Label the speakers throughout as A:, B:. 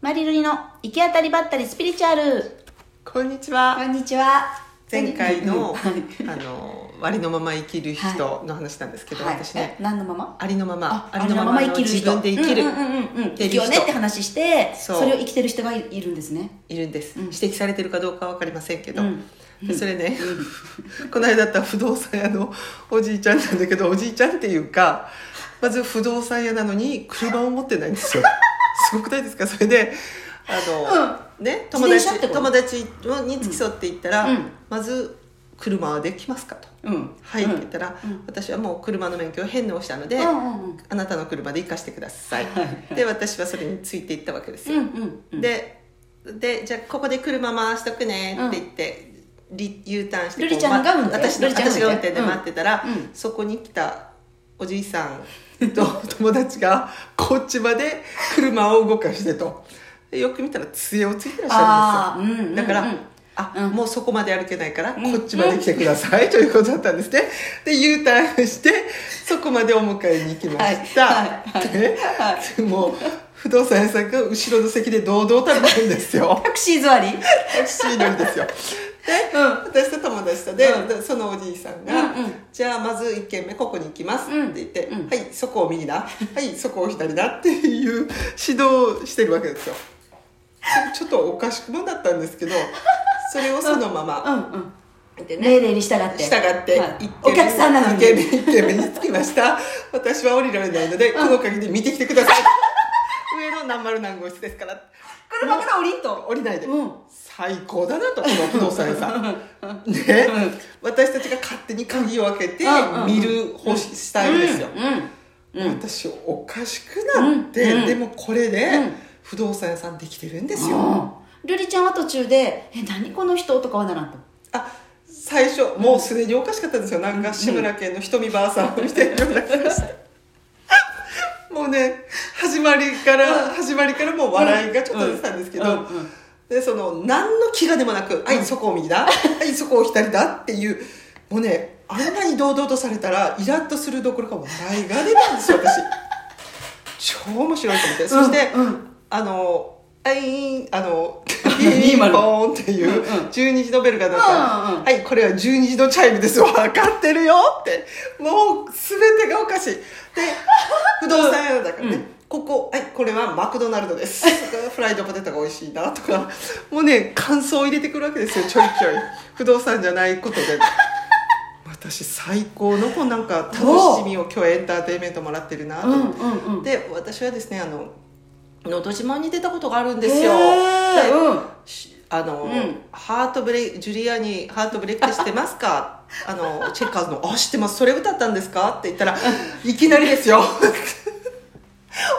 A: マリルリの行き当たりばったりスピリチュアル。
B: こんにちは。
A: んにちは。
B: 前回の、
A: はい
B: あの、割のまま生きる人の話なんですけど、
A: はい
B: 私ね
A: え、何のまま
B: ありのまま、
A: ありのまま生きる
B: 自
A: 人。
B: 分で生きる、
A: うんうんうんうん。生
B: てる人
A: きようねって話して、
B: そう
A: それを生きてる人がいいるんですね。
B: いるんです、
A: うん
B: 指摘されてるかどうかわかりませんけど、
A: うん
B: でそれね、 この間だった不動産屋のおじいちゃんなんだけど、おじいちゃんっていうか、まず不動産屋なのに車を持ってない んですよ。すごくないですかそれで、あの、ね、友
A: 自転車って
B: 達、
A: こと
B: 友達に付き添っていったら、
A: うんうん
B: まず、車はできますかと。
A: うん。
B: はい、
A: うん
B: って言ったら、私はもう車の免許を返納したので、
A: うんうんうん
B: あなたの車で行かしてください、
A: はい
B: で私はそれについていったわけです
A: う
B: よ、
A: んうんうん。
B: ででじゃあここで車回しとくねって言って、り U ターンして
A: ルリちゃんが運転
B: こうま私
A: ル
B: の
A: リちゃんが運
B: 私
A: 転
B: が運転で待ってたら、
A: うんうん
B: そこに来たおじいさんと 友達がこっちまで車を動かしてとでよく見たら杖をついてらっしゃるんです
A: あーう
B: よ、
A: んうんうん
B: だからあ、
A: うん
B: もうそこまで歩けないから、
A: うん
B: こっちまで来てください、ということだったんですね。で、U ターンして、そこまでお迎えに行きました。
A: はいはいはい
B: で
A: は
B: もう、不動産屋さんが後ろの席で堂々食べてるんです よ。
A: タクシー座りうん。
B: タクシー乗りですよ。で、私と友達とで、でそのおじいさんが、
A: うんうん
B: じゃあまず一軒目ここに行きます
A: うん
B: って言って、
A: うん
B: はい、そこを右な、はい、そこを左なっていう指導をしてるわけですよ。ちょちょっとおかしくもだったんですけど、それをそのまま、
A: うんうん。
B: でね
A: 命令に従って。
B: 従って、
A: はい
B: 一軒目
A: お客さんなのに。
B: 一軒目一軒目に着きました私は降りられないので、この鍵で見てきてください 上の何丸何号室ですから
A: 車から降りんと。
B: 降りないで、
A: うん
B: 最高だなとこの不動産屋さんね、私たちが勝手に鍵を開けて
A: うん
B: 見る方式スタイルですよ、
A: うん。うん。
B: 私おかしくなって、
A: うんうん
B: でもこれで
A: うん
B: 不動産屋さんできてるんですよ、
A: うんルリちゃんは途中で「え何この人?」とかはならんと
B: あ最初もうすでにおかしかったんですよなんか志村けんの瞳ばあさんを見てるような感じでもうね始まりから始まりからもう笑いがちょっと出てたんですけど、
A: うんうんうん
B: でその何の気兼ねもなく「はいそこを右だ」「はいそこを左だ」っていうもうねあんなに堂々とされたらイラッとするどころか笑いが出たんですよ私超面白いと思ってそして、
A: うんうん
B: あの「あいあ の
A: あ
B: ピンポ
A: 20
B: ーンっていう
A: うんうん
B: 12時のベルが鳴ったら
A: うんうん
B: はい、これは12時のチャイムです。わかってるよって。もう、すべてがおかし い。で、不動産屋だからね。ここ、はい、これはマクドナルドです。フライドポテトが美味しいなとか、もうね、感想を入れてくるわけですよ、ちょいちょい。不動産じゃないことで。私、最高の、こうなんか、楽しみを今日エンターテインメントもらってるなと
A: うん
B: 思って。
A: うんうん
B: で、私はですね、あの、のど自慢に出たことがあるんですよ。
A: へ
B: で
A: ーうん
B: しあの、
A: ん
B: ハートブレイクジュリアにハートブレイクって知ってますか あのチェッカーズの「あ知ってますそれ歌ったんですか?」って言ったら「いきなりですよ」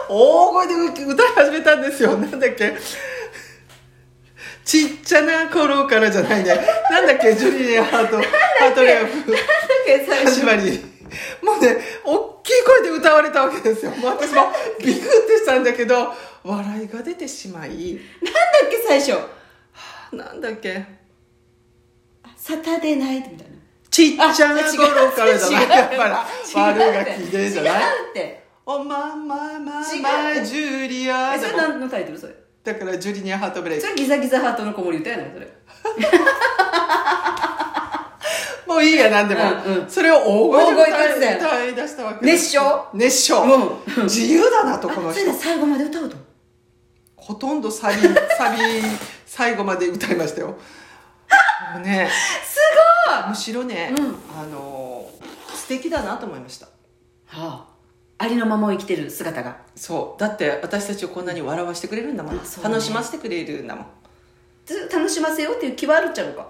B: 大声で歌い始めたんですよなんだっけちっちゃな頃からじゃないねなんだっけジュリアハートハートレアフ
A: 最
B: 始
A: 初
B: まりもうね大きい声で歌われたわけですよもう私もビクッてしたんだけど笑いが出てしま
A: な
B: い
A: んだっけ最初
B: なんだっけ
A: サタデーナイトみたいな
B: ちっちゃな頃からじゃな
A: あ違
B: い。
A: う
B: やっぱり、
A: 違う
B: 悪がきでじゃない
A: 違うって
B: おまんまま
A: 違
B: ま
A: う
B: ジュリア
A: えそれ何のタイトルそれ
B: だから、ジュリニアハートブレイ
A: そ
B: ク。
A: れギザギザハートの子守歌やないそれ
B: もういいや、なんでも
A: うんう。ん
B: それを大声で
A: 大声で歌ってた
B: 歌い出したわけ
A: 熱唱
B: 熱唱
A: う。
B: 自由だなと、
A: あ
B: この
A: それで
B: 人。
A: 最後まで歌うと
B: ほとん どサビ、サビ、最後まで歌いましたよ。もうね、
A: すごいは
B: むしろね
A: うん、
B: あの、素敵だなと思いました。
A: あありのままを生きてる姿が
B: そう。だって、私たちをこんなに笑わせてくれるんだもん
A: あ。そうね
B: 楽しませてくれるんだもん。
A: ず楽しませようっていう気はあるっちゃうか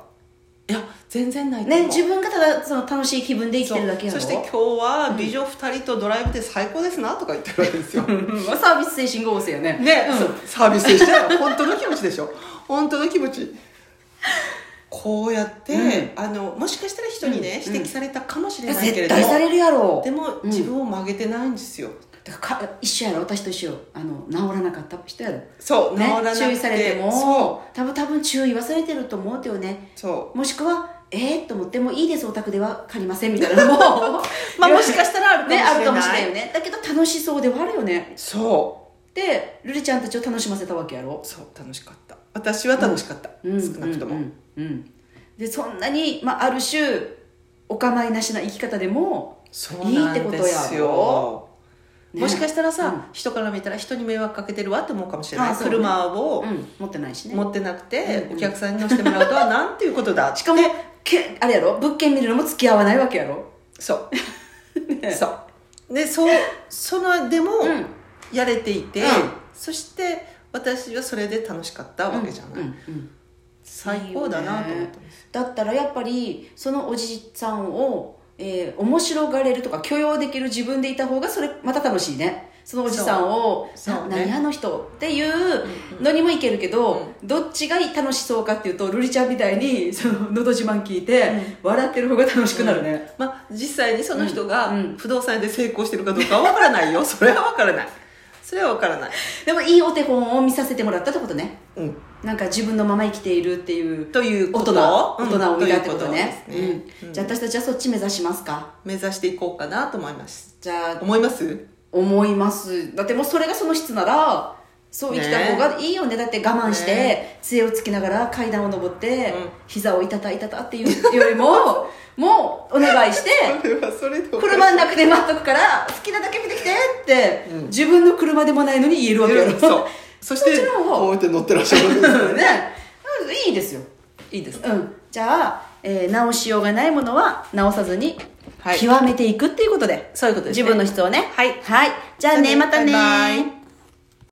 B: いや全然ないと思う
A: ね自分がただその楽しい気分で生きてるだけや
B: そ
A: ろ
B: うそして今日は美女2人とドライブで最高ですなとか言ってるわけですよね、
A: うんサービス精神が旺盛やね
B: そうサービスでしたら本当の気持ちでしょ本当の気持ちこうやって、
A: う
B: あのもしかしたら人にね、
A: うん
B: 指摘されたかもし
A: い
B: れ
A: や
B: ないけ
A: 絶
B: れど
A: 対
B: も
A: されるやろ
B: でも
A: うん
B: 自分を曲げてないんですよ、
A: だからか一緒やろ私と一緒よあの治らなかった人やろ、ね、
B: そう治らなくて
A: 注意されても
B: そ
A: 多分多分注意はされてると思うてよね
B: うそ
A: もしくはえー、と思ってもういいですお宅では借りませんみたいなのも
B: まあもしかしたらあるかもしれない
A: ねあるかもしれないよねだけど楽しそうではあるよね
B: うそ
A: でルルちゃんたちを楽しませたわけやろ
B: そう楽しかった私は楽しかった、
A: うん
B: 少なくとも、
A: うんうんうんでそんなに、まあ、ある種お構いなしな生き方でも
B: そうなん
A: いいって
B: で
A: こと
B: す
A: や
B: よ
A: ろね
B: もしかしたらさ、
A: うん
B: 人から見たら人に迷惑かけてるわって思うかもしれな
A: あ
B: い
A: そうね
B: 車を
A: うん、持ってないしね
B: 持ってなくて、
A: うん
B: お客さんに乗せてもらうとはなんていうこと だ
A: しかもけあれやろ物件見るのも付き合わないわけやろ
B: そう
A: ね
B: そうでそうそのでも
A: うん
B: やれていて、
A: うん
B: そして私はそれで楽しかったわけじゃない、
A: うんうん
B: 最高だなと思ってます
A: だったらやっぱりそのおじさんを、えー面白がれるとか許容できる自分でいた方がそれまた楽しいねそのおじさんを「
B: そう
A: な
B: そうね
A: 何あの人」っていうのにもいけるけど、どっちが楽しそうかっていうと瑠璃ちゃんみたいに「そののど自慢」聞いて、笑ってる方が楽しくなるね、
B: まあ、実際にその人が
A: うんうん
B: 不動産で成功してるかどうかは分からな いよそれは分からないそれは分からない、
A: でもいいお手本を見させてもらったってことね
B: うん、
A: なんか自分のまま生きているっていう
B: という
A: 大
B: こと
A: 人大人を見たって
B: うん
A: ことね,、
B: ということですね
A: う、
B: うんん
A: じゃあ私たちはそっち目指しますか
B: 目指していこうかなと思います
A: じゃあ
B: 思います
A: 思いますだってもうそれがその質ならそう生きた方がいいよねだって我慢して、杖をつきながら階段を上って、
B: うん
A: 膝をいたたいたたっていうより ももうお願いして
B: それはそれで
A: 車 の中で待っとくから好きなだけ見てきてって、
B: うん
A: 自分の車でもないのに言えるわけやろ
B: そうそして
A: そっちの方
B: こうやって乗ってらっしゃるわけですよ
A: ねうんいいですよ
B: いいです
A: う
B: か
A: んじゃあ、えー直しようがないものは直さずに、
B: はい
A: 極めていくっていうことで
B: そういうことですね
A: 自分の質をね
B: はい
A: はい、じゃあねまたね
B: バイバイ